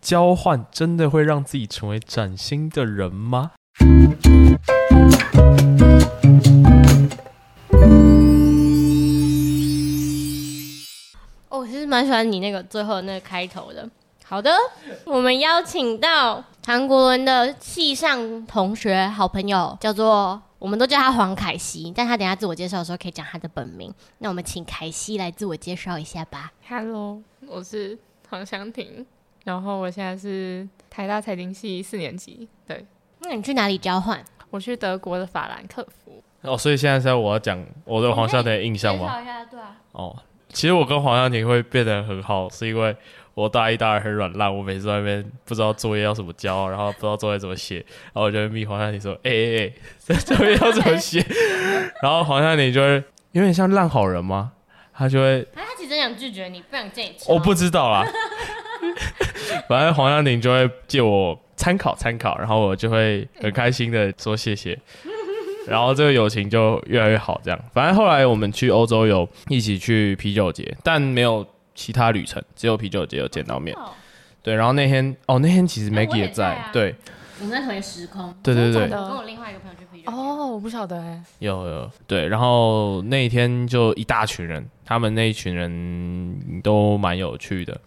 交换真的会让自己成为崭新的人吗？哦，我其实蛮喜欢你那个最后那个开头的。好的，我们邀请到韩国人的系上同学、好朋友，叫做我们都叫他黄凯西，但他等一下自我介绍的时候可以讲他的本名。那我们请凯西来自我介绍一下吧。 Hello，我是黄湘婷，然后我现在是台大财经系四年级，对那你去哪里交换？我去德国的法兰克福。哦，所以现在是要我要讲我对黄孝廷的印象吗？一下，对啊。哦，其实我跟黄孝廷会变得很好，是因为我大一、大二很软烂，我每次在那边不知道作业要怎么交，然后不知道作业怎么写，然后我就会密黄孝廷说：“哎哎哎，这作业要怎么写？”然后黄孝廷就会有点像烂好人吗？他就会啊他其实很想拒绝你，不想见你吃我不知道啦， 反正黄孝廷就会借我参考参考，然后我就会很开心的说谢谢，然后这个友情就越来越好。这样，反正后来我们去欧洲有一起去啤酒节，但没有其他旅程，只有啤酒节有见到面。对，然后那天哦，那天其哎实 Maggie 我也也在，在啊对我们在同一个时空。对对真对的假，的我跟我另外一个朋友去啤酒。哦，我不晓得哎、有有对，然后那一天就一大群人，他们那一群人都蛮有趣的，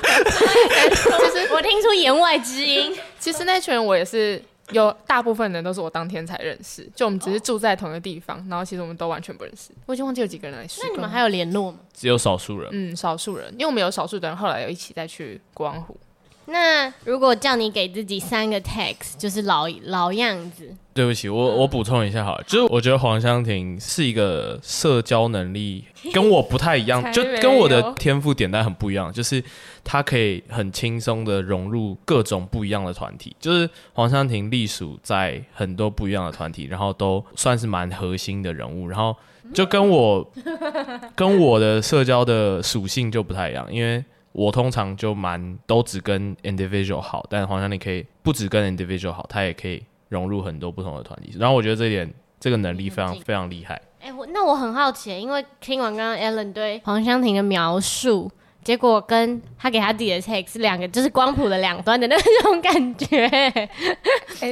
就是我听出言外之 音。其实那群人我也是有大部分人都是我当天才认识，就我们只是住在同一个地方，然后其实我们都完全不认识。我已经忘记有几个人来试。那你们还有联络吗？只有少数人。嗯少数人，因为我们有少数的人后来有一起再去国王湖。那如果叫你给自己三个 text，就是老老样子，对不起，嗯我我补充一下好了，就是我觉得黄湘婷是一个社交能 力跟我不太一样才，就没有跟我的天赋点但很不一样，就是她可以很轻松的融入各种不一样的团体，就是黄湘婷隶属在很多不一样的团体，然后都算是蛮核心的人物，然后就跟 我跟我的社交的属性就不太一样，因为。我通常就蛮都只跟 individual 好，但黄湘婷可以不只跟 individual 好，她也可以融入很多不同的团体。然后我觉得这一点这个能力非常嗯非常厉害。哎、我那我很好奇，因为听完刚刚 Alan 对黄湘婷的描述，结果跟他给他自己的 text 是两个，就是光谱的两端的那种感觉。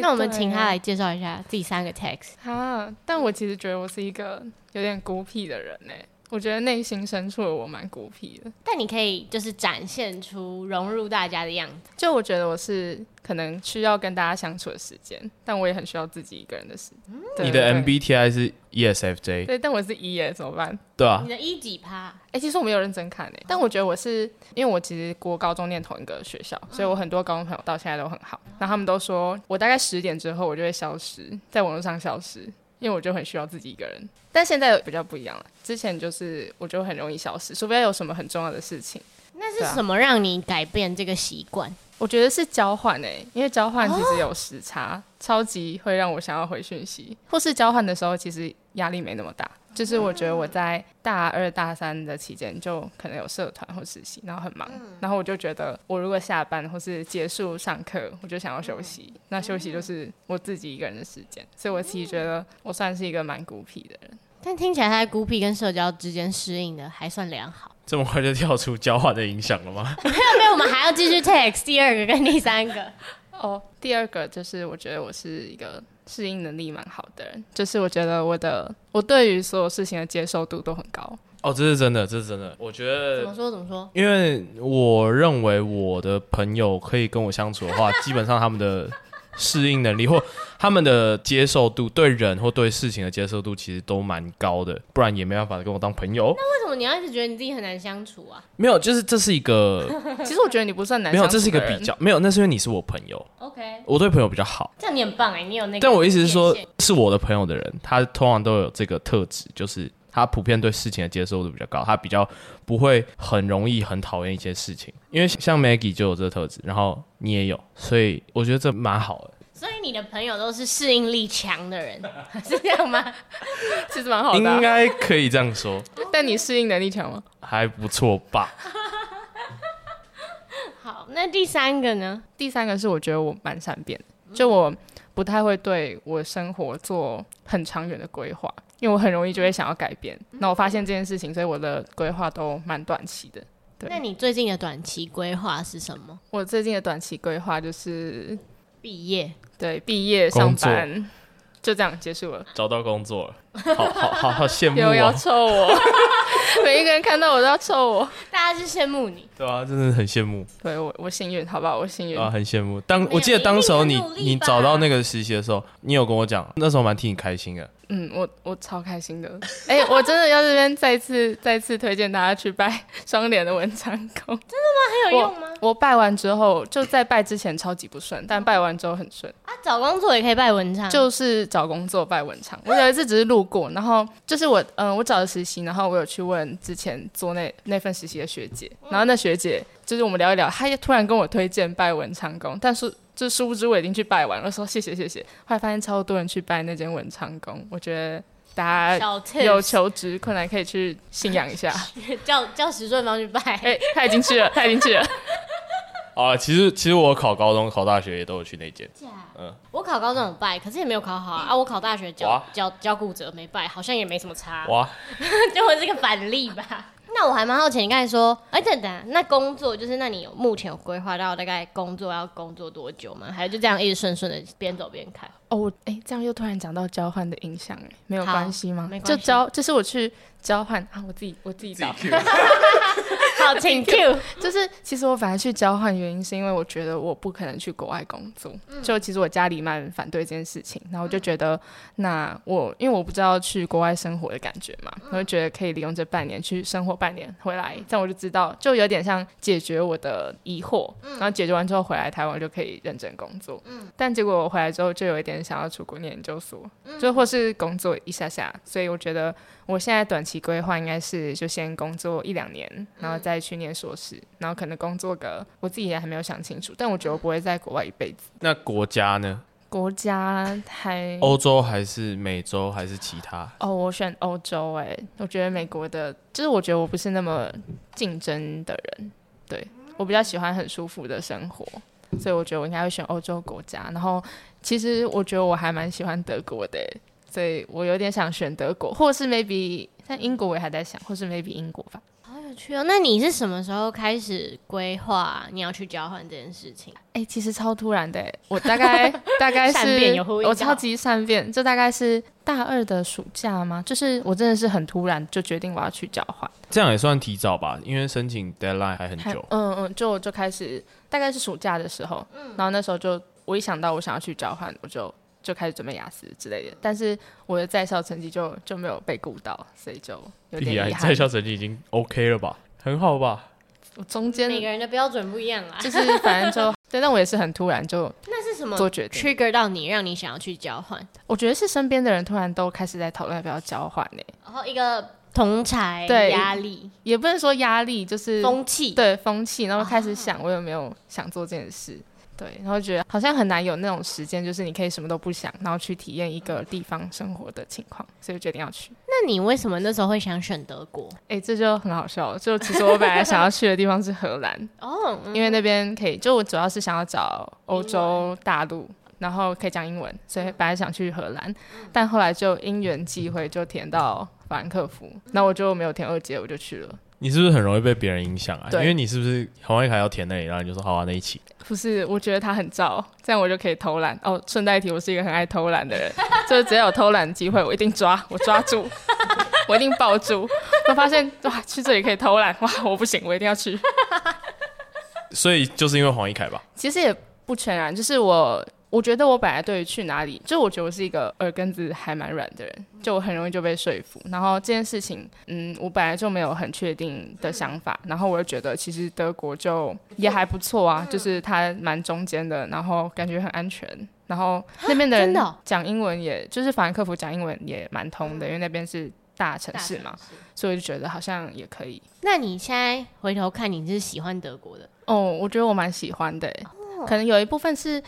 那我们请他来介绍一下自己三个 text。哎哈，但我其实觉得我是一个有点孤僻的人呢、我觉得内心深处的我蛮孤僻的。但你可以就是展现出融入大家的样子。就我觉得我是可能需要跟大家相处的时间，但我也很需要自己一个人的时间。对嗯你的对 MBTI 是 E ESFJ，对，但我是 E 耶，怎么办？对吧、啊你？的一几趴？哎、其实我没有认真看诶、但我觉得我是因为我其实国高中念同一个学校，所以我很多高中朋友到现在都很好。然后他们都说我大概十点之后我就会消失，在网络上消失，因为我就很需要自己一个人。但现在比较不一样了，之前就是我就很容易消失，除非有什么很重要的事情。那对是啊什么让你改变这个习惯？我觉得是交换诶、因为交换其实有时差，超级会让我想要回讯息，或是交换的时候其实压力没那么大。就是我觉得我在大二大三的期间就可能有社团或实习，然后很忙，然后我就觉得我如果下班或是结束上课，我就想要休息。那休息就是我自己一个人的时间，所以我其实觉得我算是一个蛮孤僻的人。但听起来他在孤僻跟社交之间适应的还算良好。这么快就跳出交换的影响了吗？没有，我们还要继续 text 第二个跟第三 个。哦，第二个就是我觉得我是一个适应能力蛮好的人，就是我觉得我的我对于所有事情的接受度都很高。哦，这是真的，这是真的。我觉呃怎得么，说？怎么说？因为我认为我的朋友可以跟我相处的话，基本上他们的适应能力或他们的接受度，对人或对事情的接受度其实都蛮高的，不然也没办法跟我当朋 友。为什么你要一直觉得你自己很难相处啊没有，就是这是一个其实我觉得你不算难没相有，处这是一个的人比。较，没有，那是因为你是我朋友， ？OK，我对朋友比较好。这样你很棒哎、你有那个。但我意思是说，是我的朋友的人，他通常都有这个特质，就是他普遍对事情的接受度比较高，他比较不会很容易很讨厌一些事情。因为像 Maggie 就有这个特质，然后你也有，所以我觉得这蛮好的。所以你的朋友都是适应力强的人， 是这样吗？其实蛮好的应啊、该可以这样说，但你适应能力强吗？还不错吧？好，那第三个呢？第三个是我觉得我蛮善变的，就我不太会对我生活做很长远的规划，因为我很容易就会想要改变。那我发现这件事情，所以我的规划都蛮短期的。对那你最近的短期规划是什么？我最近的短期规划就是毕业，对毕业上工作班，就这样结束了。找到工作了，好好好好羡慕又要哦，臭 我，每一个人看到我都要臭我。大家是羡慕你，对啊，真的很羡慕对我，我幸运，好不好？我幸运。啊，很羡慕。当没有我记得当时候一你定很努力吧你找到那个实习的时候，你有跟我讲，那时候蛮替你开心的。嗯，我我超开心 的。哎、我真的要这边再次再次推荐大家去拜双联的文昌 宫。很有用吗？我拜完之后，就在拜之前超级不顺，但拜完之后很顺。啊，找工作也可以拜文昌，就是找工作拜文昌，我有一次只是路过，然后就是我，嗯、我找了实习，然后我有去问之前做那那份实习的学姐，然后那学姐就是我们聊一聊，她也突然跟我推荐拜文昌宫，但是就殊不知我已经去拜完了，我说谢谢谢谢，后来发现超多人去拜那间文昌宫，我觉得哎大家小 tips 有求职困难可以去信仰一 下。叫叫石顺芳去拜。哎、他已 经去了，他已经去了。啊，其实其实我考高中、考大学也都有去那间。嗯我考高中有拜，可是也没有考好啊。啊我考大学教哇教教顾者没拜，好像也没什么差，啊哇， 就会是个反例吧。那我还蛮好奇，你刚才说，哎、等等，那工作就是，那你有目前有规划到大概工作要工作多久吗？还是就这样一直顺顺的边走边看？哦，我哎、这样又突然讲到交换的影响，哎，没有好关系吗没？关就系交，就是我去交换啊，我自己我自己找。 好，请 Q。就是其实我反而去交换，原因是因为我觉得我不可能去国外工作，就其实我家里蛮反对这件事情，然后我就觉得，那我因为我不知道去国外生活的感觉嘛，我就觉得可以利用这半年去生活半年，回来这样我就知道，就有点像解决我的疑惑，然后解决完之后回来台湾我就可以认真工作，但结果我回来之后就有一点想要出国念研究所，就或是工作一下下，所以我觉得我现在短期规划应该是就先工作一两年，然后再去念硕士，然后可能工作个我自己也还没有想清楚，但我觉得我不会在国外一辈子。那国家呢？嗯国家还欧洲还是美洲还是其他？哦，我选欧洲哎、我觉得美国的，就是我觉得我不是那么竞争的人，对我比较喜欢很舒服的生活，所以我觉得我应该会选欧洲国家。然后其实我觉得我还蛮喜欢德国的欸、所以我有点想选德国，或是 maybe 但英国我也还在想，或是 maybe 英国吧。好有趣哦！那你是什么时候开始规划你要去交换这件事情？哎、其实超突然的欸，我大 概大概是善变有呼应我到超级善变，这大概是大二的暑假吗？就是我真的是很突然就决定我要去交换。这样也算提早吧，因为申请 deadline 还很还久。嗯嗯，就就开始，大概是暑假的时候，嗯然后那时候就我一想到我想要去交换，我就就开始准备雅思之类的，但是我的在校成绩就就没有被顾到，所以就有屁啊点你遗憾在。校成绩已经 OK 了吧？很好吧？我中间每个人的标准不一样啊啦。就是反正就对，但我也是很突然就那是什么做决定。 trigger 到你，让你想要去交换？我觉得是身边的人突然都开始在讨论要不要交换欸呢、然哦后一个同才对压力、也不能说压力，就是风气，啊对风气，然后开始想我有没有想做这件事。对，然后觉得好像很难有那种时间，就是你可以什么都不想，然后去体验一个地方生活的情况，所以决定要去。那你为什么那时候会想选德国？哎，这就很好笑。就其实我本来想要去的地方是荷兰，哦，嗯因为那边可以，就我主要是想要找欧嗯洲大陆，然后可以讲英文，所以本来想去荷兰，嗯但后来就因缘际会就填到法兰克福，那我就没有填二阶，我就去了。你是不是很容易被别人影响啊？因对为你是不是红外卡要填那里，然后你就说好啊，那一起。不是，我觉得他很燥，这样我就可以偷懒。哦，顺带一提，我是一个很爱偷懒的人， 就是只要有偷懒机会，我一定抓，我抓住， 我一定抱住。我发现哇，去这里可以偷懒，哇，我不行，我一定要去。所以就是因为黄一凯吧，其实也不全然，就是我，我觉得我本来对于去哪里，就我觉得我是一个耳根子还蛮软的人，就我很容易就被说服。然后这件事情，嗯，我本来就没有很确定的想法，然后我又觉得其实德国就也还不错啊，就是它蛮中间的，然后感觉很安全。然后那边的真人的哦讲英文也，就是法兰克福讲英文也蛮通的，因为那边是大城市嘛，所以我就觉得好像也可以。那你现在回头看，你是喜欢德国的？哦，我觉得我蛮喜欢的欸、可能有一部分是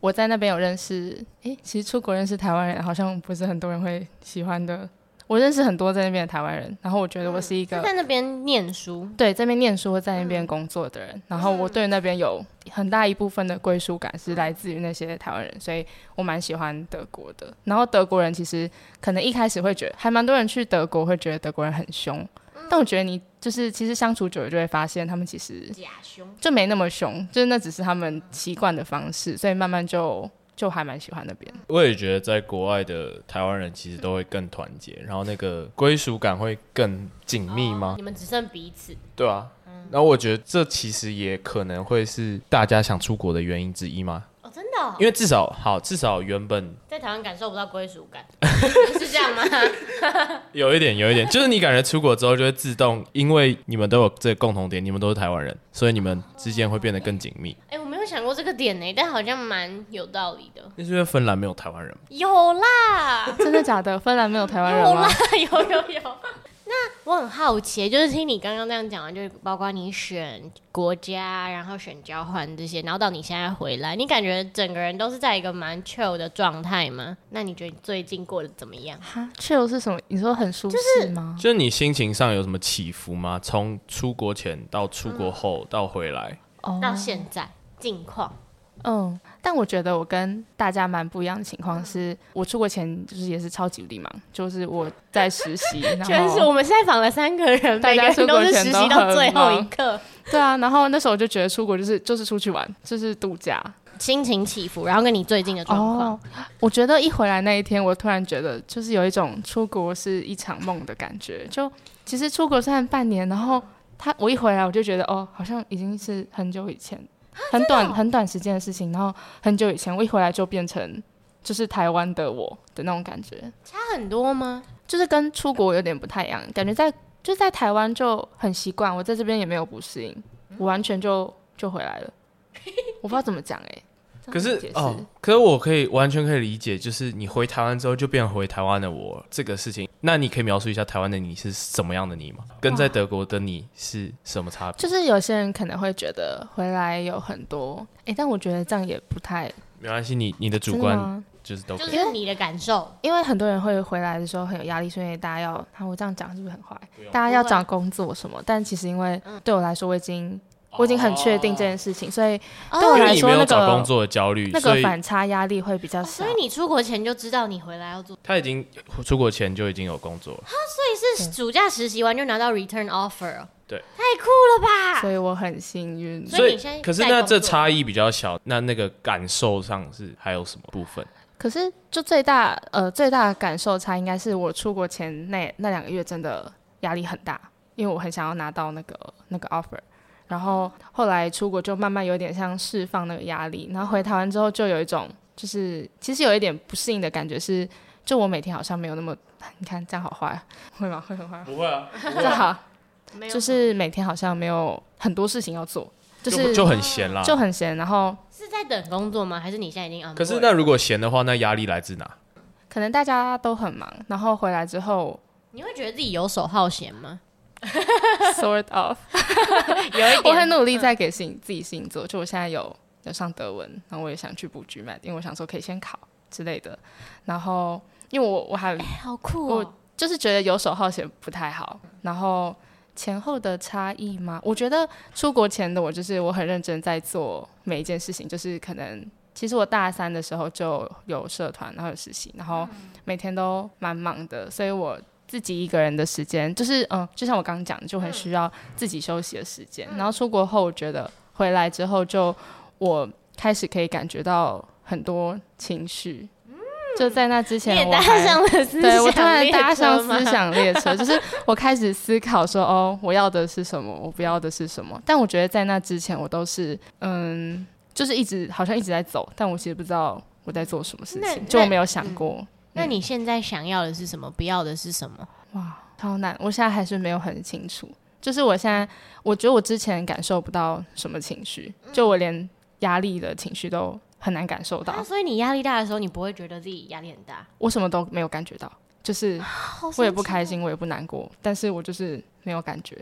我在那边有认识，诶、其实出国认识台湾人，好像不是很多人会喜欢的。我认识很多在那边的台湾人，然后我觉得我是一个、嗯在那边念书，对在那边念书、在那边工作的人，然后我对那边有很大一部分的归属感是来自于那些台湾人，所以我蛮喜欢德国的。然后德国人其实可能一开始会觉得，还蛮多人去德国会觉得德国人很凶，但我觉得你就是其实相处久了就会发现，他们其实假胸。就没那么凶，就是那只是他们习惯的方式，所以慢慢就就还蛮喜欢那边。我也觉得在国外的台湾人其实都会更团结，然后那个归属感会更紧密吗？你们只剩彼此，哦对啊。嗯然后我觉得这其实也可能会是大家想出国的原因之一吗？哦，真的哦、因为至少好，至少原本在台湾感受不到归属 感，是这样吗？有一点，有一点，就是你感觉出国之后就会自动，因为你们都有这个共同点，你们都是台湾人，所以你们之间会变得更紧密。 哎、我没有想过这个点呢，但好像蛮有道理的。那是因为芬兰没有台湾人吗有啦， 真的假的？芬兰没有台湾人有吗啦？， 有有有。那我很好奇，就是听你刚刚那样讲完，就是包括你选国家，然后选交换这些，然后到你现在回来，你感觉整个人都是在一个蛮 chill 的状态吗？那你觉得你最近过得怎么样？哈，chill 是什么？你说很舒适吗？就是你心情上有什么起伏吗？从出国前到出国后到回来，哦到现在近况，嗯，但我觉得我跟大家蛮不一样的情况是，我出国前就是也是超级无敌忙，就是我在实 习，然后全是我们现在访了三个人，大每家个人都是出国实前习都很到最后一忙刻，对啊，然后那时候我就觉得出国就是就是出去玩，就是度假。心情起伏，然后跟你最近的状况。，哦我觉得一回来那一天，我突然觉得就是有一种出国是一场梦的感觉。就其实出国虽然半年，然后他我一回来我就觉得哦，好像已经是很久以前，啊很短、哦很短时间的事情，然后很久以前我一回来就变成就是台湾的我的那种感觉。差很多吗？就是跟出国有点不太一样，感觉在就在台湾就很习惯，我在这边也没有不适应，我完全就就回来了。我不知道怎么讲哎、可这样怎是么解释哦，可是我可以完全可以理解，就是你回台湾之后就变回台湾的我这个事情。那你可以描述一下台湾的你是什么样的你吗？跟在德国的你是什么差别？就是有些人可能会觉得回来有很多哎、但我觉得这样也不太没关系，你你的主真的观吗？就是都可就以。是你的感受，因为很多人会回来的时候很有压力，所以大家要，啊、我这样讲是不是很坏不用？大家要找工作什么？但其实因为嗯对我来说，我已经我已经很确定这件事情，所哦以对因我为来你说没有那找工个作的焦虑，那所个以反差压力会比较哦少所以。你出国前就知道你回来要做，他已经出国前就已经有工作了。所以是暑假实习完就拿到 return offer，哦对，太酷了吧！所以我很幸运，所以你现在可是在那工这作差异比较小，那那个感受上是还有什么部分？可是，就最大呃最大的感受差，应该是我出国前那那两个月真的压力很大，因为我很想要拿到那个那个 offer，然后后来出国就慢慢有点像释放那个压力，然后回台湾之后就有一种就是其实有一点不适应的感觉是，就我每天好像没有那么你看这样好坏会吗？会很坏吗， 不会啊，这样好没有就是每天好像没有很多事情要做，就是就很闲啦。就很闲，然后是在等工作吗？还是你现在已经 on？可是那如果闲的话，那压力来自哪？可能大家都很忙，然后回来之后你会觉得自己游手好闲吗？ sort of。有一我点，很努力在给自己自己星座，就我现在有有上德文，然后我也想去补局嘛，因为我想说可以先考之类的。然后因为我我还好酷我哦！就是觉得游手好闲不太好，然后前后的差异吗？我觉得出国前的我就是我很认真在做每一件事情，就是可能其实我大三的时候就有社团，然后有实习，然后嗯每天都蛮忙的，所以我。自己一个人的时间，就是嗯，就像我刚刚讲的，就很需要自己休息的时间。嗯然后出国后，我觉得回来之后就，我开始可以感觉到很多情绪。就在那嗯之你前，也啊我搭还上了思想对我突然列搭车上吗思，想列车，就是我开始思考说，哦，我要的是什么，我不要的是什么。但我觉得在那之前，我都是嗯，就是一直好像一直在走，但我其实不知道我在做什么事那情，就我那嗯没有想过。那你现在想要的是什么？不要的是什么？哇，超难！我现在还是没有很清楚，就是我现在，我觉得我之前感受不到什么情绪，嗯就我连压力的情绪都很难感受到哦那，所以你压力大的时候，你不会觉得自己压力很大？我什么都没有哦感觉到，就是我也不开心，我也不难过，但是我就是没有感觉。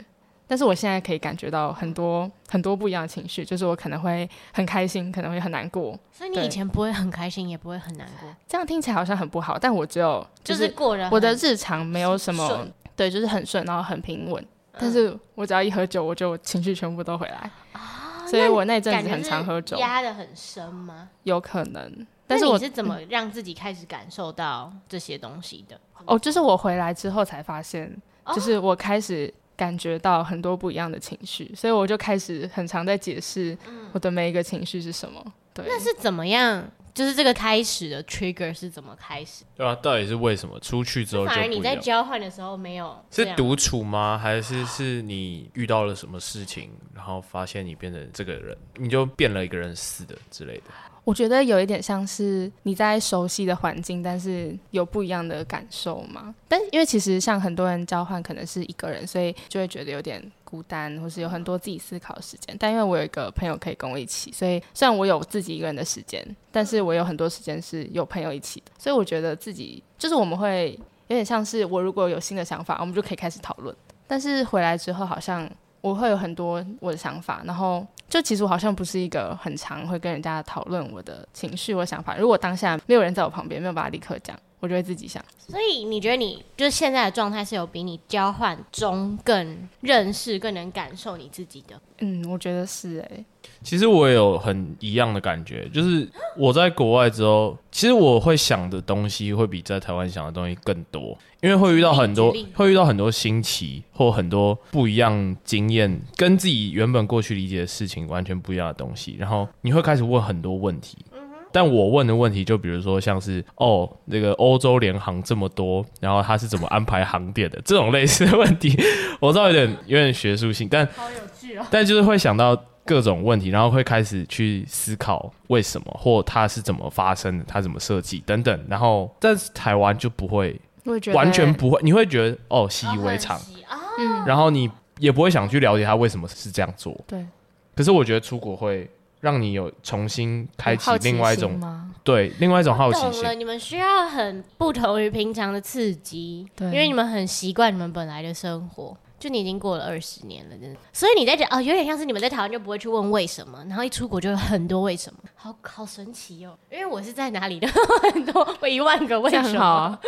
但是我现在可以感觉到很多很多不一样的情绪，就是我可能会很开心，可能会很难过。所以你对以前不会很开心，也不会很难过，这样听起来好像很不好，但我只有就就是是过了我的日常没有什么顺嗯对，就是很顺，然后很平稳。但是我只要一喝酒，我就情绪全部都回来，所以我那阵啊感子觉很常喝酒是，压的很深吗？有可能。那但是你我嗯是怎么让自己开始感受到这些东西的？哦，就是我回来之后才发现，哦就是我开始感觉到很多不一样的情绪，所以我就开始很常在解释我的每一个情绪是什么。对，嗯那是怎么样？就是这个开始的 trigger 是怎么开始？对啊，到底是为什么？出去之后就反而不你一在样。交换的时候没有这是样独处吗？还是是你遇到了什么事情，然后发现你变成这个人，你就变了一个人似的之类的？我觉得有一点像是你在熟悉的环境，但是有不一样的感受嘛。但因为其实像很多人交换可能是一个人，所以就会觉得有点孤单，或是有很多自己思考的时间。但因为我有一个朋友可以跟我一起，所以虽然我有自己一个人的时间，但是我有很多时间是有朋友一起的。所以我觉得自己就是我们会有点像是我如果有新的想法，我们就可以开始讨论。但是回来之后好像我会有很多我的想法，然后就其实我好像不是一个很常会跟人家讨论我的情绪、我的想法。如果当下没有人在我旁边，没有把它立刻讲，我就会自己想。所以你觉得你就是现在的状态是有比你交换中更认识、更能感受你自己的？嗯，我觉得是哎、其实我也有很一样的感觉，就是我在国外之后，其实我会想的东西会比在台湾想的东西更多，因为会遇到很多哎举例，会遇到很多新奇或很多不一样经验，跟自己原本过去理解的事情完全不一样的东西，然后你会开始问很多问题。嗯但我问的问题，就比如说像是哦，那个欧洲联航这么多，然后它是怎么安排航点的这种类似的问题，我知道有点有点学术性，但好有趣哦！但就是会想到各种问题，然后会开始去思考为什么，或它是怎么发生的，它怎么设计等等。然后，但是台湾就不会，我也觉得完全不会，你会觉得哦习习以为常，啊！然后你也不会想去了解它为什么是这样做。对，可是我觉得出国会让你有重新开启好奇另外一 心种吗？对另外一种好奇懂心了，。你们需要很不同于平常的刺激，对因为你们很习惯你们本来的生活。就你已经过了二十年了，真的。所以你在讲哦，有点像是你们在台湾就不会去问为什么，然后一出国就有很多为什么，好好神奇哦。因为我是在哪里的很多一万个为这样什很么。好啊。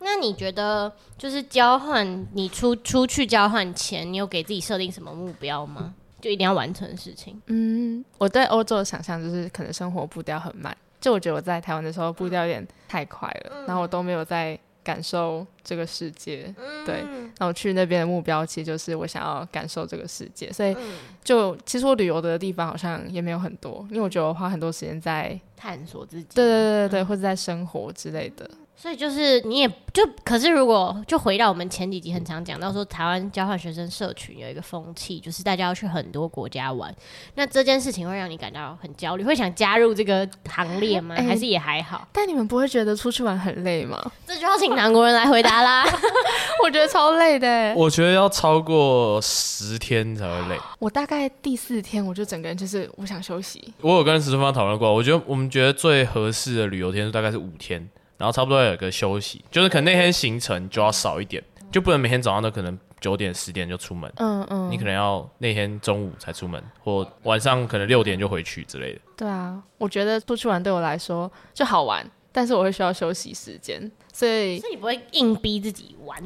那你觉得就是交换，你出出去交换前，你有给自己设定什么目标吗？就一定要完成的事情？嗯，我对欧洲的想象就是可能生活步调很慢，就我觉得我在台湾的时候步调有点太快了，然后我都没有在感受这个世界。嗯对，那我去那边的目标其实就是我想要感受这个世界，所以就其实我旅游的地方好像也没有很多，因为我觉得我花很多时间在探索自己。对对对对对，或者在生活之类的。所以就是你也就，可是如果就回到我们前几集很常讲到说，台湾交换学生社群有一个风气，就是大家要去很多国家玩，那这件事情会让你感到很焦虑，会想加入这个行列吗？哎还是也还 好？但你们不会觉得出去玩很累吗？这就要请韩国人来回答啦。 我觉得超累的欸。我觉得要超过十天才会累。我大概第四天，我就整个人就是我想休息。我有跟石春芳讨论过，我觉得我们觉得最合适的旅游天数大概是五天，然后差不多要有一个休息，就是可能那天行程就要少一点，就不能每天早上都可能九点十点就出门，嗯嗯，你可能要那天中午才出门，或晚上可能六点就回去之类的。对啊，我觉得出去玩对我来说就好玩，但是我会需要休息时间，所以所以你不会硬逼自己玩，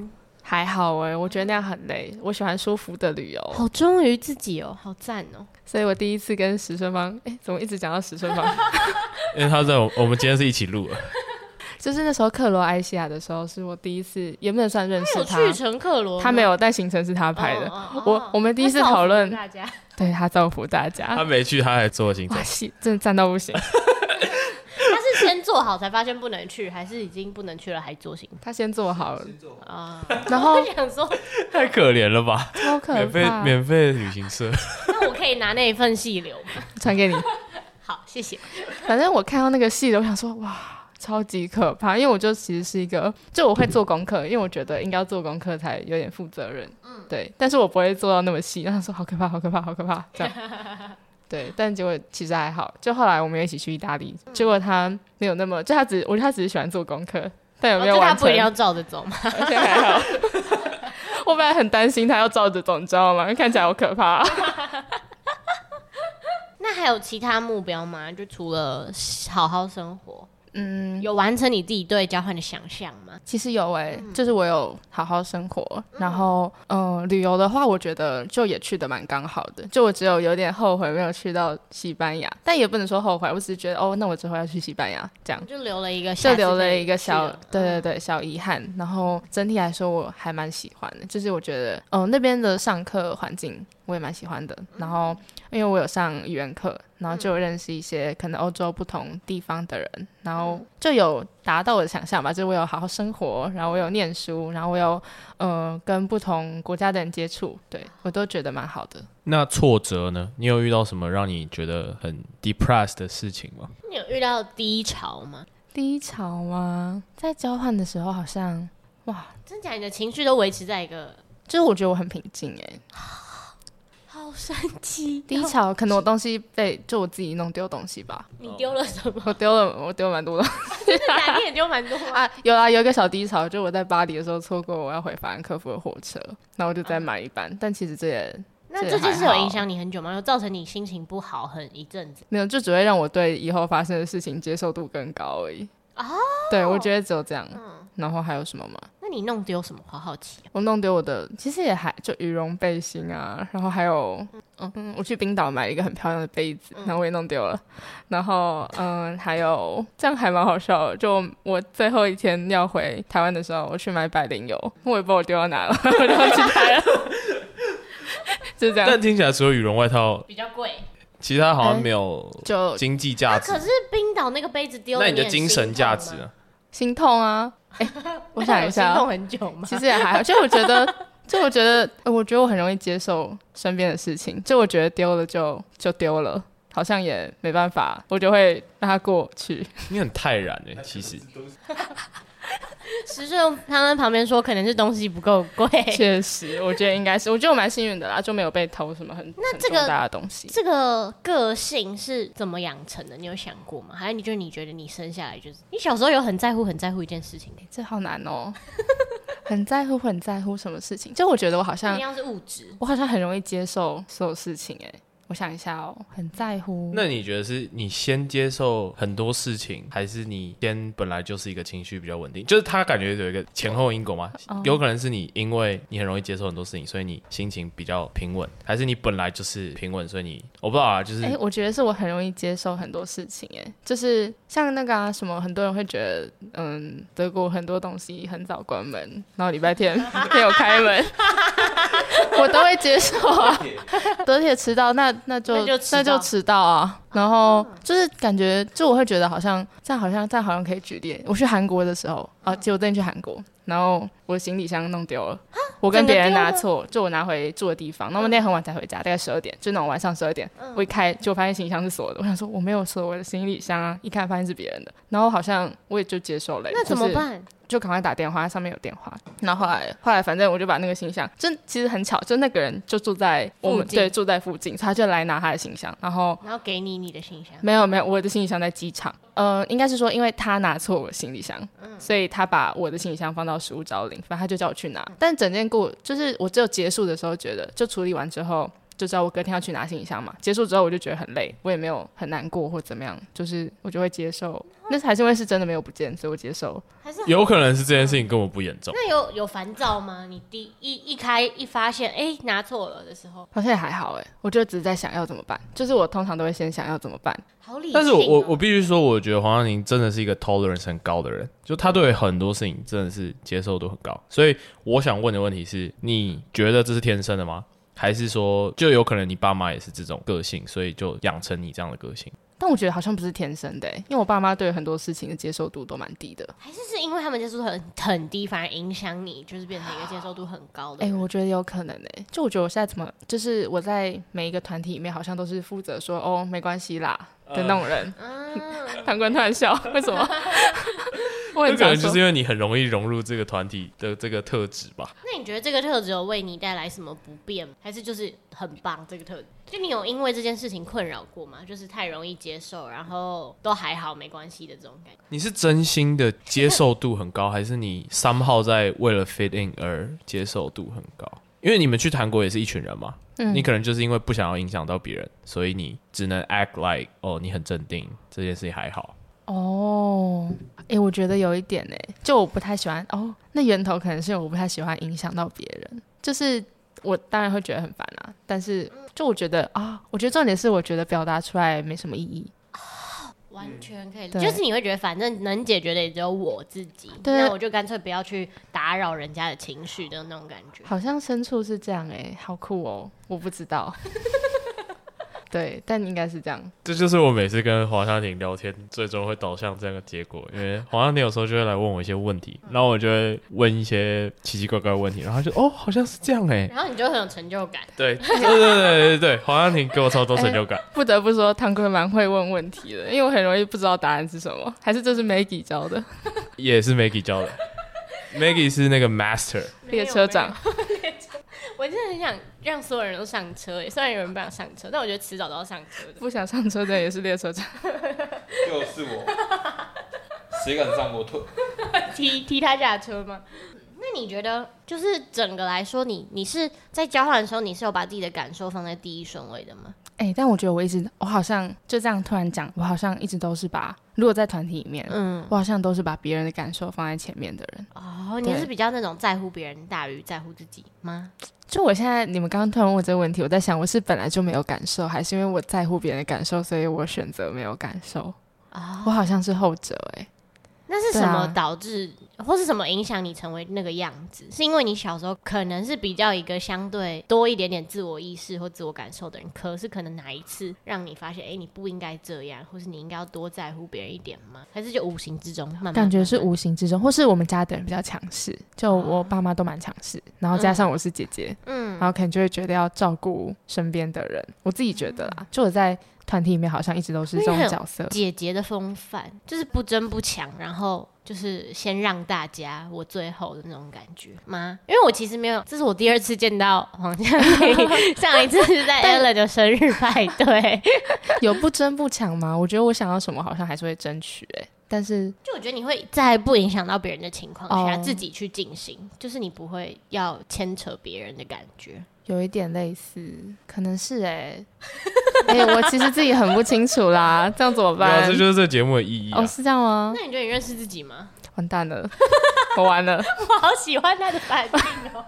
还好哎、我觉得那样很累，我喜欢舒服的旅游。好忠于自己哦，好赞哦。所以我第一次跟石春芳，哎、怎么一直讲到石春 芳？因为他在我我们今天是一起录啊的，就是那时候克罗埃西亚的时候，是我第一次，也不能算认识有他，去乘客罗吗，他没有，但行程是他排的。哦哦哦我我们第一次讨论他造福大家，对他造福大他家，没去，他还做行程 哇，。西真的赞到不行。他是先做好才发现不能去，还是已经不能去了还做行他先做好了，啊？然后 我想说，太可怜了吧！超可免费怕，免费旅行社，那我可以拿那一份细流 吗？传给你。好，谢谢。反正我看到那个戏的，我想说哇，超级可怕，因为我就其实是一个，就我会做功课，因为我觉得应该要做功课才有点负责任，嗯，对，但是我不会做到那么细，然后说好可怕，好可怕，好可怕，这样。对，但结果其实还好。就后来我们也一起去意大利，结果他没有那么，就他只，我觉得他只是喜欢做功课，但有没哦有就他完不成一定，要照着走嘛？而且还好。 我本来很担心他要照着走，你知道吗？因为看起来好可怕、 那还有其他目标吗？就除了好好生活，嗯，有完成你自己对交换的想象吗？其实有诶、就是我有好好生活，然后嗯、呃旅游的话，我觉得就也去的蛮刚好的，就我只有有点后悔没有去到西班牙，但也不能说后悔，我只是觉得哦，那我之后要去西班牙这样。就留了一个，就留了一嗯个小，对对对，对，小遗憾。然后整体来说，我还蛮喜欢的，就是我觉得，嗯、那边的上课环境我也蛮喜欢的。然后，因为我有上语言课，然后就有认识一些可能欧洲不同地方的人，然后就有达到我的想象吧，就是我有好好生活，然后我有念书，然后我有呃跟不同国家的人接触，对我都觉得蛮好的。那挫折呢？你有遇到什么让你觉得很 depressed 的事情吗？你有遇到低潮吗？低潮吗？在交换的时候好像哇，真假你的情绪都维持在一个就是我觉得我很平静哎、好神奇低潮，可能我东西被就我自己弄丢东西吧，你丢了什么？我丢了，我丢了蛮多的哪天也丢 蛮多啊。啊。有啦，有一个小低潮，就我在巴黎的时候错过我要回法兰克福的火车，然后我就再买一班，但其实这也那这这件还事有好影响你很久吗？有造成你心情不好很一阵子？没有，就只会让我对以后发生的事情接受度更高而已。哦，对，我觉得只有这样。然后还有什么吗？那你弄丢什么？好好 奇、我弄丢我的，其实也还就羽绒背心啊，然后还有，嗯，我去冰岛买了一个很漂亮的杯子，嗯然后我也弄丢了，然后嗯，还有这样还蛮好笑的，就我最后一天要回台湾的时候，我去买百灵油，我也不知道我丢到哪了， 我就去拍了，就这样，但听起来除了羽绒外套， 比较贵。其他好像没有就经济那价值可。是冰岛那个杯子丢了，那你的也精心神痛价吗值？啊呢？心痛啊，哎、我想一下心哦，痛很久吗？其实也还好，就我觉得，就我觉得，呃我觉得我很容易接受身边的事情，就我觉得丢了就就丢了，好像也没办法，我就会让它过去。你很泰然诶、其实石顺他在旁边说，可能是东西不够贵。 确实，我觉得应该是，我觉得我蛮幸运的啦，就没有被偷什么很那很这个重大的 东西。这个个性是怎么养成的？你有想过吗？还是你就你觉得你生下来就是你小时候有很在乎很在乎一件事情吗？这好难哦， 很在乎，很在乎什么事情？就我觉得我好一 像定，要是物质，我好像很容易接受所有事情、哎，我想一下哦，很在乎。那你觉得是你先接受很多事情，还是你先本来就是一个情绪比较稳定？就是他感觉有一个前后因果吗？哦有可能是你因为你很容易接受很多事情，所以你心情比较平稳，还是你本来就是平稳，所以你我不知道啊，就是哎、我觉得是我很容易接受很多事情、哎，就是像那个啊，什么很多人会觉得，嗯，德国很多东西很早关门，然后礼拜天 没有开门，我都会接受 啊。德铁迟到，那那就那就迟那到嗯就迟到啊。然后就是感觉，就我会觉得好像这样，好像这样好像可以举例。我去韩国的时候啊，结果真的去韩国，然后我的行李箱弄丢了。我跟别人拿错，就我拿回住的地方。那我那天很晚才回家，大概十二点，就那种晚上十二点。嗯我一开就发现行李箱是锁的，我想说我没有锁我的行李箱啊，一看发现是别人的，然后好像我也就接受了、那怎就么是办？就赶快打电话，上面有电话。然后后来后来反正我就把那个行李箱，真其实很巧，就那个人就住在我附们近对住在附近，所以他就来拿他的行李箱，然后。然后给你你的信箱，没有没有，我的行李箱在机场。呃，应该是说，因为他拿错我的行李箱，所以他把我的行李箱放到食物招领，反正他就叫我去拿。但整件过就是我只有结束的时候觉得，就处理完之后就知道我隔天要去拿行李箱嘛。结束之后我就觉得很累，我也没有很难过或怎么样，就是我就会接受。那还是因为是真的没有不见，所以我接受。还是有可能是这件事情根本不严重。那有有烦躁吗？你第一一开一发现，哎、拿错了的时候，好像也还好哎、我就只是在想要怎么办，就是我通常都会先想要怎么办。好理性、哦。但是我我我必须说，我觉得黄尚宁真的是一个 tolerance 很高的人，就他对很多事情真的是接受度很高。所以我想问的问题是，你觉得这是天生的吗？还是说，就有可能你爸妈也是这种个性，所以就养成你这样的个性？但我觉得好像不是天生的、欸，因为我爸妈对很多事情的接受度都蛮低的。还是是因为他们接受度很很低，反而影响你，就是变成一个接受度很高的哎、人。我觉得有可能哎、就我觉得我现在怎么，就是我在每一个团体里面，好像都是负责说嗯 哦没关系啦的那种人。嗯， 唐官突然笑，为什么？我啊有很可常能就说是因为你很容易融入这个团体的这个特质吧。那你觉得这个特质有为你带来什么不便吗，还是就是很棒这个特质？就你有因为这件事情困扰过吗？就是太容易接受，然后都还好没关系的这种感觉。你是真心的接受度很高，还是你三号在为了 fit in 而接受度很高？因为你们去韩国也是一群人嘛，你可能就是因为不想要影响到别人，所以你只能 act like 哦，你很镇定，这件事情还好。哦，哎、我觉得有一点哎、就我不太喜欢哦，那源头可能是我不太喜欢影响到别人，就是我当然会觉得很烦啊，但是嗯就我觉得啊，我觉得重点是我觉得表达出来没什么意义，完全可以，对就是你会觉得反正能解决的也只有我自己，对那我就干脆不要去打扰人家的情绪的那种感觉。好像深处是这样哎、好酷哦，我不知道， 对，但应该是这样，这就是我每次跟黄湘婷聊天，最终会导向这样的结果。因 为黄湘婷有时候就会来问我一些问题，然后我就会问一些奇奇怪怪的问题，然后她就哦，好像是这样哎、然后你就会很有成就感，对对对对对对，黄湘婷给我超多成就感。不得不说汤哥蛮会问问题的，因为我很容易不知道答案是什么，还是这是 Maggie 教的也是 Maggie 教的。Maggie 是那个 master，列车长，我真的很想让所有人都上车耶，欸虽然有人不想上车，但我觉得迟早都要上车的。不想上车的也是列车长，就是我，谁敢上我腿？踢踢他下车吗？那你觉得，就是整个来说，你你是在交换的时候，你是有把自己的感受放在第一顺位的吗？ 哎、但我觉得我一直，我好像就这样突然讲，我好像一直都是把，如果在团体里面，嗯，我好像都是把别人的感受放在前面的人。哦，你对是比较那种在乎别人大于在乎自己吗？就我现在，你们刚刚突然问我这个问题，我在想，我是本来就没有感受，还是因为我在乎别人的感受，所以我选择没有感受？啊、我好像是后者、哎，那是对什啊么导致，或是什么影响你成为那个样子？是因为你小时候可能是比较一个相对多一点点自我意识或自我感受的人，可是可能哪一次让你发现，哎、你不应该这样，或是你应该要多在乎别人一点吗？还是就无形之中慢慢感觉慢是慢无形之中，或是我们家的人比较强势，就我爸妈都蛮强势，然后加上我是姐姐，哦嗯然后可能就会觉得要照顾身边的人。我自己觉得啦，就我在团体里面好像一直都是这种因为嗯很角色。姐姐的风范，就是不争不抢，然后就是先让大家我最后的那种感觉吗？因为我其实没有，这是我第二次见到黄嘉玲，上一次是 在但 Ellen 的生日派对，有不争不抢吗？我觉得我想要什么好像还是会争取、欸，但是就我觉得你会在不影响到别人的情况下、哦自己去进行，就是你不会要牵扯别人的感觉。有一点类似，可能是哎、欸， 哎、我其实自己很不清 楚啦，这样怎么对啊，办这？就是这节目的意义啊哦，。是这样吗？那你觉得你认识自己吗？完蛋了， 我完了。 我好喜欢他的反 应哦。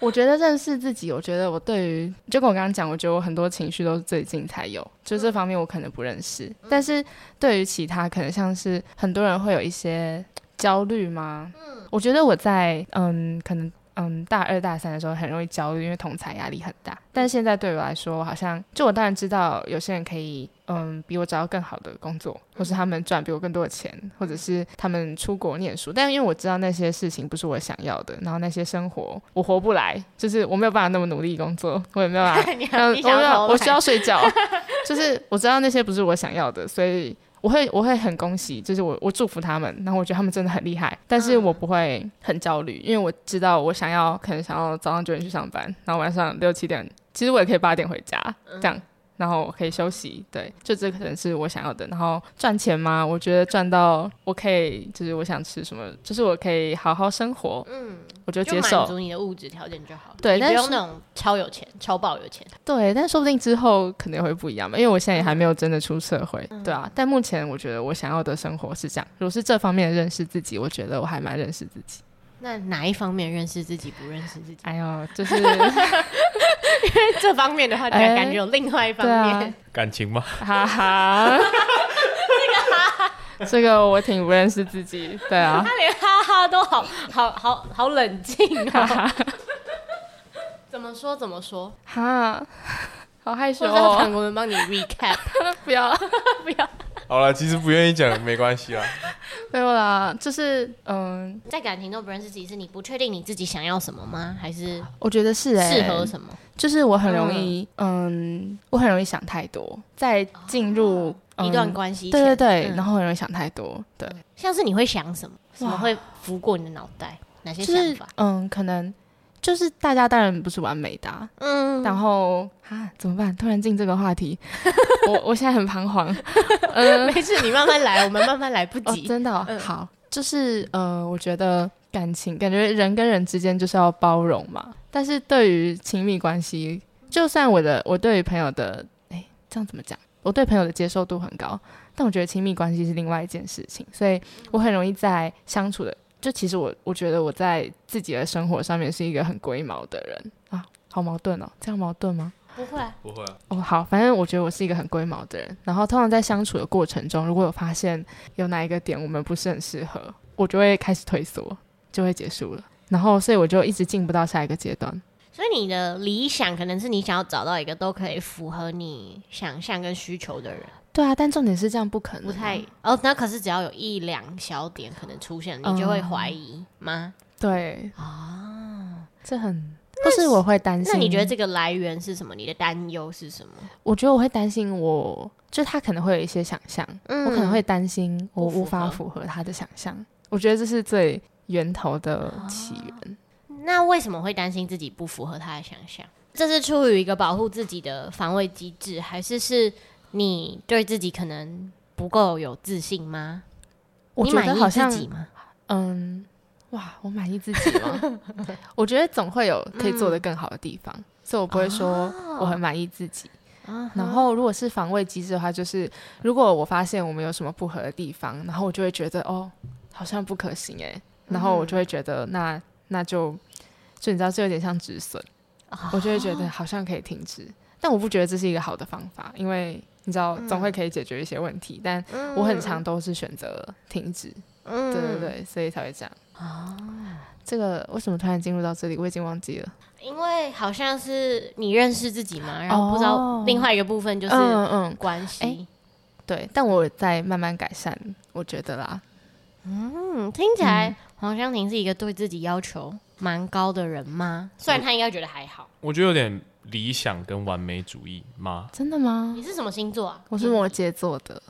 我觉得认识自己，我觉得我对于就跟我刚刚讲，我觉得我很多情绪都是最近才有，就这方面我可能不认识。但是对于其他，可能像是很多人会有一些焦虑吗？嗯，我觉得我在嗯，可能嗯大二大三的时候很容易焦虑，因为同才压力很大。但是现在对我来说，我好像就我当然知道有些人可以嗯比我找到更好的工作，或是他们赚比我更多的钱，或者是他们出国念书。但因为我知道那些事情不是我想要的，然后那些生活我活不来，就是我没有办法那么努力工作，我也没有办法你嗯，你我想没要有，偷我需懒要睡觉。就是我知道那些不是我想要的， 所以我会我会很恭喜，就是我我祝福他们，然后我觉得他们真的很厉害，嗯但是我不会很焦虑，因为我知道我想要可能想要早上九点去上班，然后晚上六七点，其实我也可以八点回家嗯这样。然后我可以休息，对，就这可能是我想要的。然后赚钱嘛，我觉得赚到我可以，就是我想吃什么，就是我可以好好生活，嗯，我就就接满受。足你的物质条件就好了，对你不但用是那种超有钱、超爆有钱。对，但说不定之后可能也会不一样嘛，因为我现在也还没有真的出社会，对啊。但目前我觉得我想要的生活是这样，如果是这方面认识自己，我觉得我还蛮认识自己。那哪一方面认识自己不认识自己？哎呦，就是 这方面的话，哎感觉有另外一方对啊面。，感情吗？ 哈哈，这个我挺不认识自己，对啊，他连哈哈都好好好好冷静 哈哦。哈，怎么说怎么说？哈，好害羞或者让哦，韩国人帮你 recap， 不要。不要好了，其实不愿意讲没关系啦。没有啦，就是嗯，在感情中不认识自己，是你不确定你自己想要什么吗？还是我觉得是哎、适合什么？就是我很容易，嗯，我很容易想太多，在进入嗯、一段关系前，对对对，嗯然后很容易想太多，对，像是你会想什么？什么哇会浮过你的脑袋？哪些就想是法？嗯，可能就是大家当然不是完美的啊、嗯，然后啊怎么办？突然进这个 话题，我我现在很彷徨，嗯、没事，你慢慢 来，我们慢慢来，不哦，急。真的哦、嗯好，就是呃，我觉得感情，感觉人跟人之间就是要包容嘛。但是对于亲密关系，就算我的我对于朋友的，哎，这样怎么讲？我对朋友的接受度很高，但我觉得亲密关系是另外一件事情，所以我很容易在相处的，就其实我我觉得我在自己的生活上面是一个很龟毛的人啊，好矛盾哦，这样矛盾吗？不会啊，不会啊，哦，好，反正我觉得我是一个很龟毛的人。然后通常在相处的过程中，如果有发现有哪一个点我们不是很适合，我就会开始退缩，就会结束了。然后，所以我就一直进不到下一个阶段。所以你的理想可能是你想要找到一个都可以符合你想象跟需求的人，对啊，但重点是这样不可能啊、不太哦。那可是只要有一两小点可能出现，你就会怀疑吗？对，啊，这很或是我会担心。那你觉得这个来源是什么？你的担忧是什么？我觉得我会担心我，就他可能会有一些想象，嗯我可能会担心我不符无法合符合他的想象。我觉得这是最源头的起源。哦那为什么会担心自己不符合他的想象？这是出于一个保护自己的防卫机制，还是是你对自己可能不够有自信吗？我你觉满得意好像自己吗？嗯，哇，我满意自己吗？我觉得总会有可以做得更好的地方，所以我不会说我很满意自己。然后，如果是防卫机制的话，就是如果我发现我们有什么不合的地方，然后我就会觉得哦，好像不可行哎、然后我就会觉得那那就就你知道，这有点像止损，我就会觉得好像可以停止，但我不觉得这是一个好的方法，因为你知道总会可以解决一些问题，但我很常都是选择停止。嗯对对对，所以才会这样。哦这个为什么突然进入到这里？我已经忘记了。因为好像是你认识自己嘛，然后不知道哦另外一个部分就是嗯嗯，关系。哎对，但我在慢慢改善，我觉得啦。嗯，听起来黄湘婷是一个对自己要求蛮高的人吗？虽然她应该觉得还好。我觉得有点理想跟完美主义吗？真的吗你？是什么星座啊？我是摩羯座的。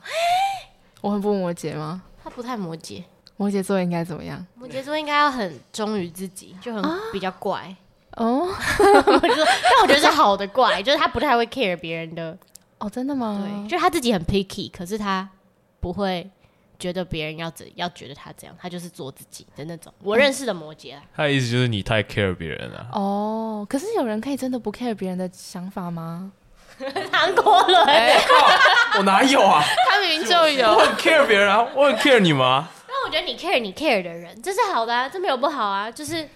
我很不摩羯吗？她不太摩羯，摩羯座应该怎么样？摩羯座应该要很忠于自己，就很比较怪。 哦我觉得，但我觉得是好的怪，就是他不太会 care 别人的，哦，真的吗？对，就是他自己很 picky，可是他不会觉得别人要怎要觉得他怎样，他就是做自己的那种。我认识的摩羯啊，他的意思就是你太 care 别人啊了。哦，可是有人可以真的不 care 别人的想法吗？韩国人， 我哪有啊？他明明就有我很 care 别人啊，我很 care 你们啊。那我觉得你 care 你 care 的人，这是好的啊，这没有不好啊，就是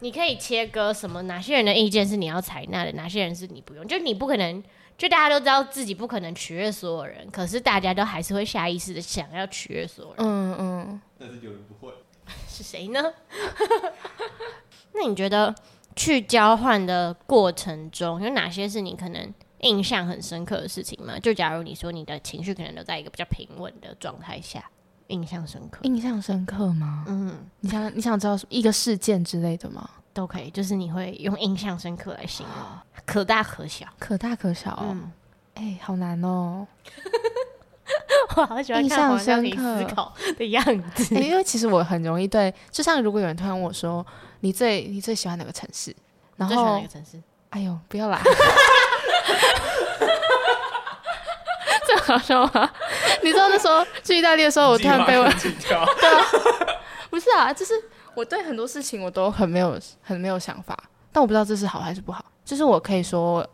你可以切割什么，哪些人的意见是你要采纳的，哪些人是你不用，就你不可能。就大家都知道自己不可能取悦所有人，可是大家都还是会下意识的想要取悦所有人。嗯嗯，但是有人不会，是谁呢？ 那你觉得去交换的过程中，有哪些是你可能印象很深刻的事情吗？就假如你说你的情绪可能都在一个比较平稳的状态下，印象深刻，印象深刻吗？嗯，你想你想知道一个事件之类的吗？都可以，就是你会用印象深刻来形容， 可大可小。可大可小哦。嗯，哎、好难哦。 我好喜欢印看象黄晓深明思刻考的样子 欸。因为其实我很容易对，就像如果有人突然问我说你最你最喜欢哪个城市，然最喜欢哪后个城市？哎呦不要啦， 这好笑吗？ 你知道那时候去意大利的时哦候，我突然被问，自己跳不是啊， 就是我对很多事情我都很没有很没有想法，但我不知道这是好还是不好。就是我可以说，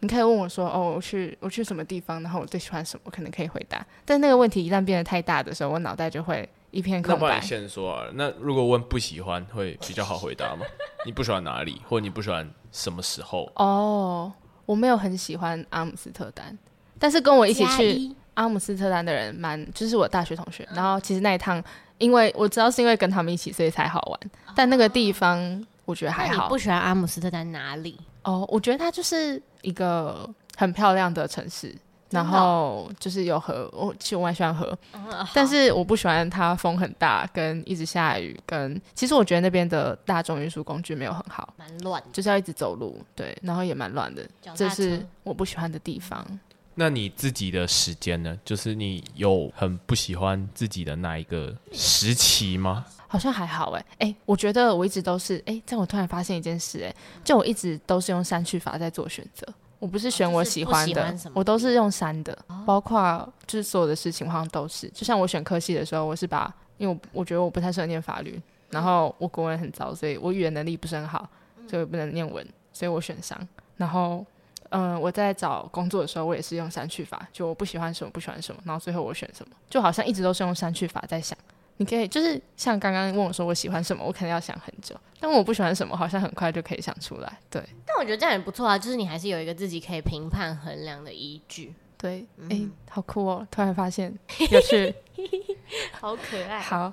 你可以问我说，哦，我去我去什么地方，然后我最喜欢什么，我可能可以回答。但那个问题一旦变得太大的时候，我脑袋就会一片那空不然白你。先说啊。那如果问不喜欢，会比较好回答吗？你不喜欢哪里，或你不喜欢什么时候？哦，我没有很喜欢阿姆斯特丹，但是跟我一起加去一嗯阿姆斯特丹的人蛮，就是我大学同学。然后其实那一趟，因为我知道是因为跟他们一起，所以才好玩。但那个地方我觉得还哦那你好不。喜欢阿姆斯特丹哪里？哦，我觉得它就是一个很漂亮的城市。然真的哦后就是有河，我其实我蛮喜欢河，嗯但是我不喜欢它风很大，跟一直下雨，跟其实我觉得那边的大众运输工具没有很好，蛮乱的，就是要一直走路，对，然后也蛮乱的，脚这踏车是我不喜欢的地方。那你自己的时间呢？就是你有很不喜欢自己的那一个时期吗？好像还好哎、哎、我觉得我一直都是哎、但我突然发现一件事哎、就我一直都是用删去法在做选择，我不是选我喜欢哦就是不的，喜欢什么哦我都是用删的，包括就是所有的事情我好像都是，就像我选科系的时候，我是把因为我我觉得我不太适合念法律，然后我国文很糟，所以我语言能力不是很好，嗯所以我不能念文，所以我选商，然后。嗯，我在找工作的时候，我也是用删去法，就我不喜欢什么，不喜欢什么，然后最后我选什么，就好像一直都是用删去法在想。你可以就是像刚刚问我说我喜欢什么，我可能要想很久，但我不喜欢什么，好像很快就可以想出来。对但我觉得这样也不错啊，就是你还是有一个自己可以评判衡量的依据，对，哎、好酷哦！突然发现有趣。 好可爱。好，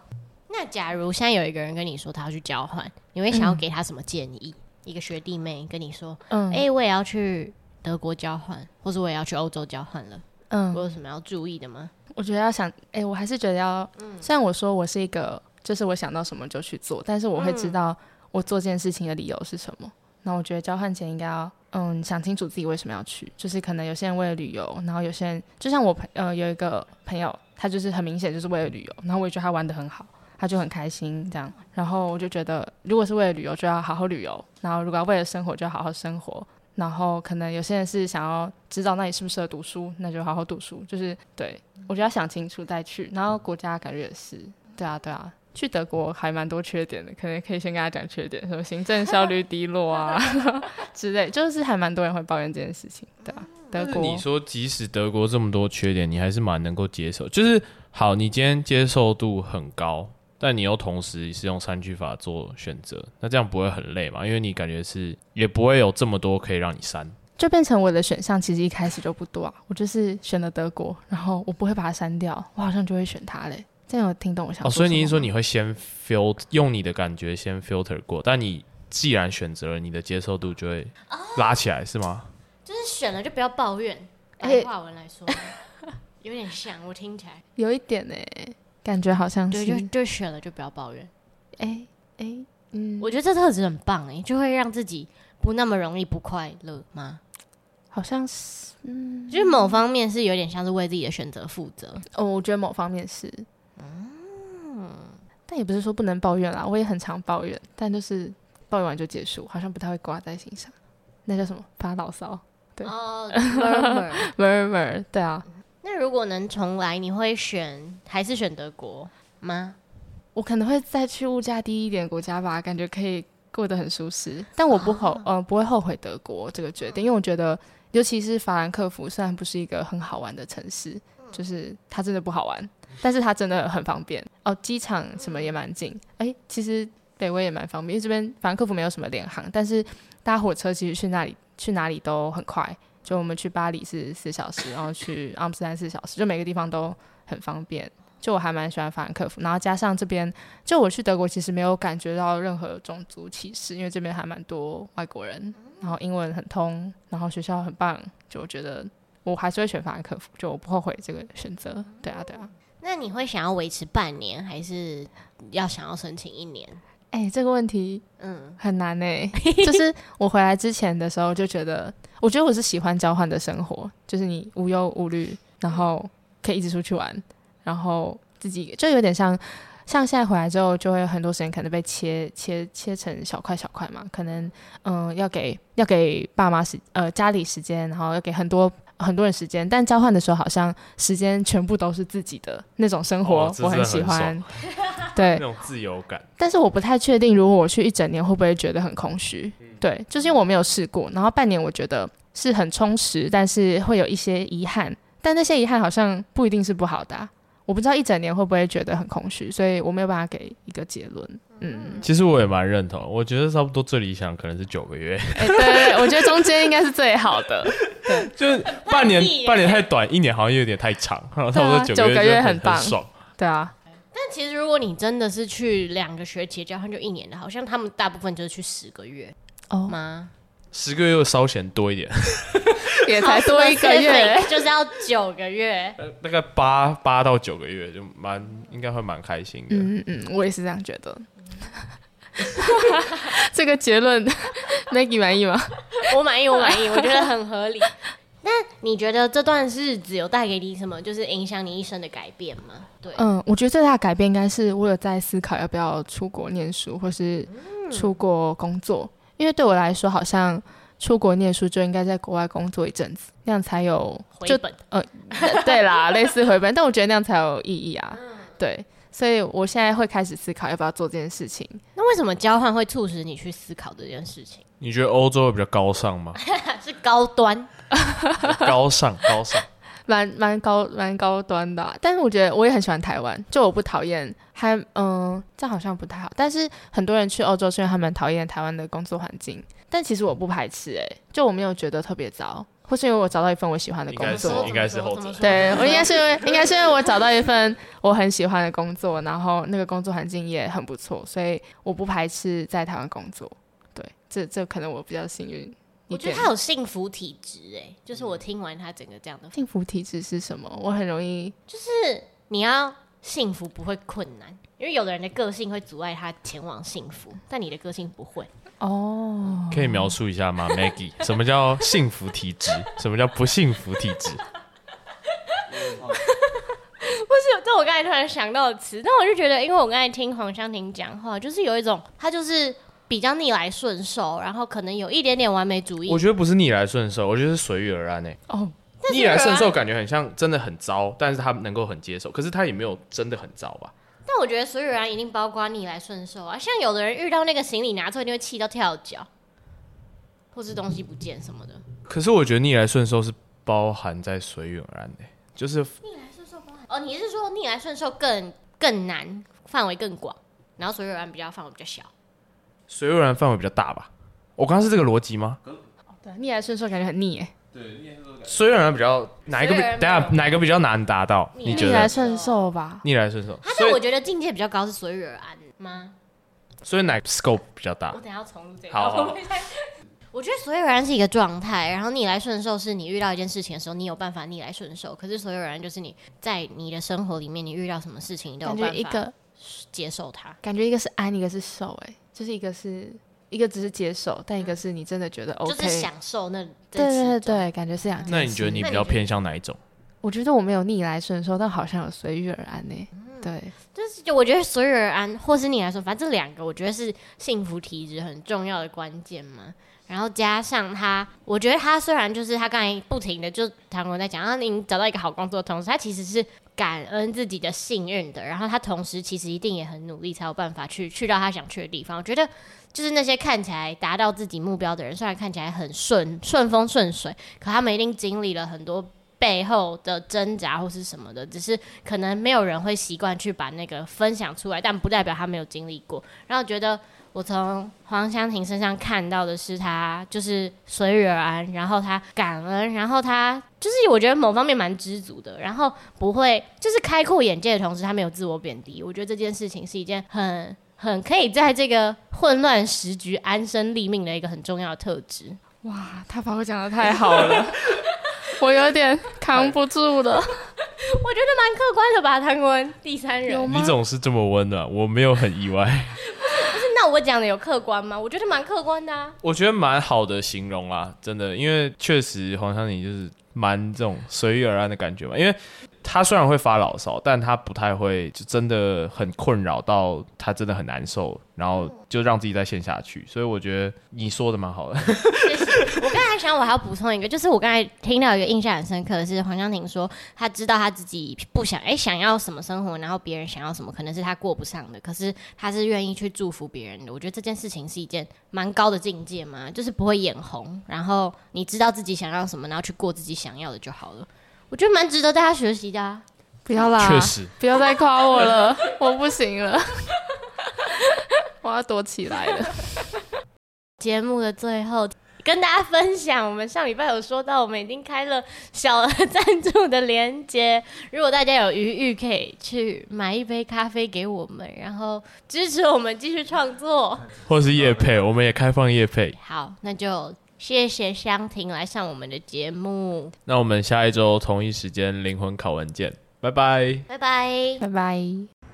那假如现在有一个人跟你说他要去交换，你会想要给他什么建议？一个学弟妹跟你说，嗯，哎、我也要去德国交换，或者我也要去欧洲交换了，我嗯，有什么要注意的吗？我觉得要想，哎、我还是觉得要，虽然我说我是一个，就是我想到什么就去做，但是我会知道我做这件事情的理由是什么。那我觉得交换前应该要，嗯，想清楚自己为什么要去，就是可能有些人为了旅游，然后有些人就像我朋呃有一个朋友，他就是很明显就是为了旅游，然后我也觉得他玩的很好，他就很开心这样，然后我就觉得如果是为了旅游就要好好旅游，然后如果要为了生活就要好好生活。然后可能有些人是想要知道那里适不适合读书，那就好好读书。就是对我觉得要想清楚再去。然后国家感觉也是，对啊对啊，去德国还蛮多缺点的，可能可以先跟他讲缺点，什么行政效率低落啊之类，就是还蛮多人会抱怨这件事情，对啊。德但是国你说，即使德国这么多缺点，你还是蛮能够接受。就是好，你今天接受度很高，但你又同时是用三句法做选择，那这样不会很累嘛？因为你感觉是也不会有这么多可以让你删。就变成我的选项，其实一开始就不多啊，我就是选了德国，然后我不会把它删掉，我好像就会选它嘞。这样有听懂我想哦，所以你是什么说吗你会先 filter 用你的感觉先 filter 过，但你既然选择了，你的接受度就会啊拉起来，是吗？就是选了就不要抱怨，白哎话文来 说，有点像，我听起来，有一点呢、感觉好嗯像是对，就就选了就不要抱怨。哎哎嗯，我觉得这特质很棒哎、就会让自己不那么容易不快乐吗？好像是就是某方面是有点像是为自己的选择负责，哦，我觉得某方面是，但也不是说不能抱怨啦，我也很常抱怨，但就是抱怨完就结束，好像不太会挂在心上。那叫什么发牢骚 对哦。 ，murmur，对啊， 那如果能重来，你会选还是选德国吗？我可能会再去物价低一点的国家吧，感觉可以过得很舒适。但我不后，呃，不会后悔德国这个决定，因为我觉得，尤其是法兰克福，虽然不是一个很好玩的城市，就是它真的不好玩，但是它真的很方便哦，机场什么也蛮近。哎，其实北威也蛮方便，因为这边法兰克福没有什么联航，但是搭火车其实去那里去哪里都很快。就我们去巴黎是四小时，然后去阿姆斯特丹四小时，就每个地方都很方便。就我还蛮喜欢法兰克福，然后加上这边就我去德国，其实没有感觉到任何种族歧视，因为这边还蛮多外国人，然后英文很通，然后学校很棒，就我觉得我还是会选法兰克福，就我不后悔这个选择。对啊，对啊。那你会想要维持半年，还是要想要申请一年？哎、这个问题嗯，很难呢、就是我回来之前的时候就觉得，我觉得我是喜欢交换的生活，就是你无忧无虑，然后可以一直出去玩，然后自己就有点像，像现在回来之后，就会有很多时间可能被切切切成小块小块嘛，可能嗯、要给要给爸妈时呃家里时间，然后要给很多。很多人时间，但交换的时候好像时间全部都是自己的那种生活，哦这我真的喜很爽欢。对 那，种自由感，但是我不太确定，如果我去一整年，会不会觉得很空虚？对，就是因为我没有试过。然后半年我觉得是很充实，但是会有一些遗憾，但那些遗憾好像不一定是不好的啊、我不知道一整年会不会觉得很空虚，所以我没有办法给一个结论。嗯，其实我也蛮认同。我觉得差不多最理想可能是九个 月，哎、对对对，我觉得中间应该是最好的。就是半年烂屁耶半年太短，一年好像有点太 长，然后差不多对啊九九个月就很棒爽。 对啊，但其实如果你真的是去两个学期的交换，就一年的，好像他们大部分就是去十个月哦，吗？十个月又稍显多一点， 也才多一个 月。就是要九个月。 呃大概八八到九个月就蛮应该会蛮开心的。嗯嗯，嗯，我也是这样觉得。 这个结论，Maggie 满意吗？ 我满意，我满意，我觉得很合理。那你觉得这段日子有带给你什么，就是影响你一生的改变吗？对，嗯，我觉得最大的改变应该是我有在思考要不要出国念书，或是嗯出国工作，因为对我来说，好像出国念书就应该在国外工作一阵子，那样才有回就本。 嗯对啦，类似回本，但我觉得那样才有意义啊。对，所以我现在会开始思考要不要做这件事情。那为什么交换会促使你去思考这件事 情？你觉得欧洲会比较高尚 吗？是高端，高尚，高尚。哦蛮蛮高蛮高端的啊、但是我觉得我也很喜欢台湾，就我不讨厌，还嗯，这样好像不太好。但是很多人去欧洲是因为他们讨厌台湾的工作环境，但其实我不排斥、欸，就我没有觉得特别糟，或是因为我找到一份我喜欢的工是作，应该是后者对我应该是因为应该是因为我找到一份我很喜欢的工作，然后那个工作环境也很不错，所以我不排斥在台湾工作。对，这这可能我比较幸运一我觉得点。他有幸福体质哎，就是我听完他整个这样的，幸福体质是什么？我很容易嗯就是你要幸福不会困难，因为有的人的个性会阻碍他前往幸福，但你的个性不会。哦，可以描述一下吗，Maggie？什么叫幸福体 质？什么叫不幸福体质？不是，这我刚才突然想到的词，但我就觉得，因为我刚才听黄湘婷讲话，就是有一种他就是比较逆来顺受，然后可能有一点点完美主义我。觉得不是逆来顺受，我觉得是随遇而安诶、哦，逆来顺受感觉很像真的很糟，但是他能够很接受，可是他也没有真的很糟吧？但我觉得所有人一定包括逆来顺受啊，像有的人遇到那个行李拿错，一定会气到跳脚，或是东西不见什么的。可是我觉得逆来顺受是包含在随遇而安的、欸就是哦，你是说逆来顺受更更难，范围更广，然后所有人比较范围比较小？随遇而安范围比较大吧？我刚刚是这个逻辑吗？对，逆来顺受感觉很逆哎。对，你也是这种感觉。随遇而安比较哪一个比？随遇而安等下哪一个比较难达到？逆来你你觉觉得逆得来顺受吧，逆来顺受？他所但我以觉得境界比较高是随遇而安吗？所以哪个 scope 比较大我？等一下要重录这一好段好好 我觉得随遇而安是一个状态，然后逆来顺受是你遇到一件事情的时候，你有办法逆来顺受。可是随遇而安就是你在你的生活里面，你遇到什么事情，你都有感办觉法一个接受它。感觉一个是安，一个是受哎、就是一个是一个只是接受，但一个是你真的觉得 OK。就是享受那对这对其中对，感觉是两件事。那你觉得你比较偏向哪一种？我觉得我没有逆来顺受，但好像有随遇而安呢、嗯对，就是就我觉得随遇而安，或是你来说，反正这两个我觉得是幸福体质很重要的关键嘛。然后加上他，我觉得他虽然就是他刚才不停的就唐国在讲，啊，你找到一个好工作的同时，他其实是感恩自己的幸运的。然后他同时其实一定也很努力，才有办法去去到他想去的地方。我觉得就是那些看起来达到自己目标的人，虽然看起来很顺顺风顺水，可他们一定经历了很多背后的挣扎或是什么的，只是可能没有人会习惯去把那个分享出来，但不代表他没有经历过。然后觉得我从黄湘婷身上看到的是她就是随遇而安，然后她感恩，然后她就是我觉得某方面蛮知足的，然后不会就是开阔眼界的同时，她没有自我贬低。我觉得这件事情是一件很。很可以在这个混乱时局安身立命的一个很重要的特质。哇，他把我讲的太好 了，我有点扛不住了。我觉得蛮客观的吧，唐国第三人有你吗？总是这么温暖，我没有很意外。那我讲的有客观吗？我觉得蛮客观的啊。我觉得蛮好的形容啦，真的，因为确实黄湘婷就是蛮这种随遇而安的感觉嘛。因为她虽然会发牢骚，但她不太会就真的很困扰到她真的很难受，然后就让自己再陷下去。所以我觉得你说的蛮好 的，我刚才想，我还要补充一个，就是我刚才听到一个印象很深刻的是黄湘婷说，她知道她自己不想哎、想要什么生活，然后别人想要什么，可能是她过不上的，可是她是愿意去祝福别人的。我觉得这件事情是一件蛮高的境界嘛，就是不会眼红，然后你知道自己想要什么，然后去过自己想要的就好了。我觉得蛮值得大家学习的、啊。不要啦，确实不要再夸我了，我不行了， 我要躲起来了。节目的最后，跟大家分享，我们上礼拜有说到，我们已经开了小额赞助的连接，如果大家有余裕，可以去买一杯咖啡给我们，然后支持我们继续创作。或是叶配，我们也开放叶配。好，那就谢谢香婷来上我们的节目，那我们下一周同一时间灵魂拷问见，拜拜。拜拜。拜拜。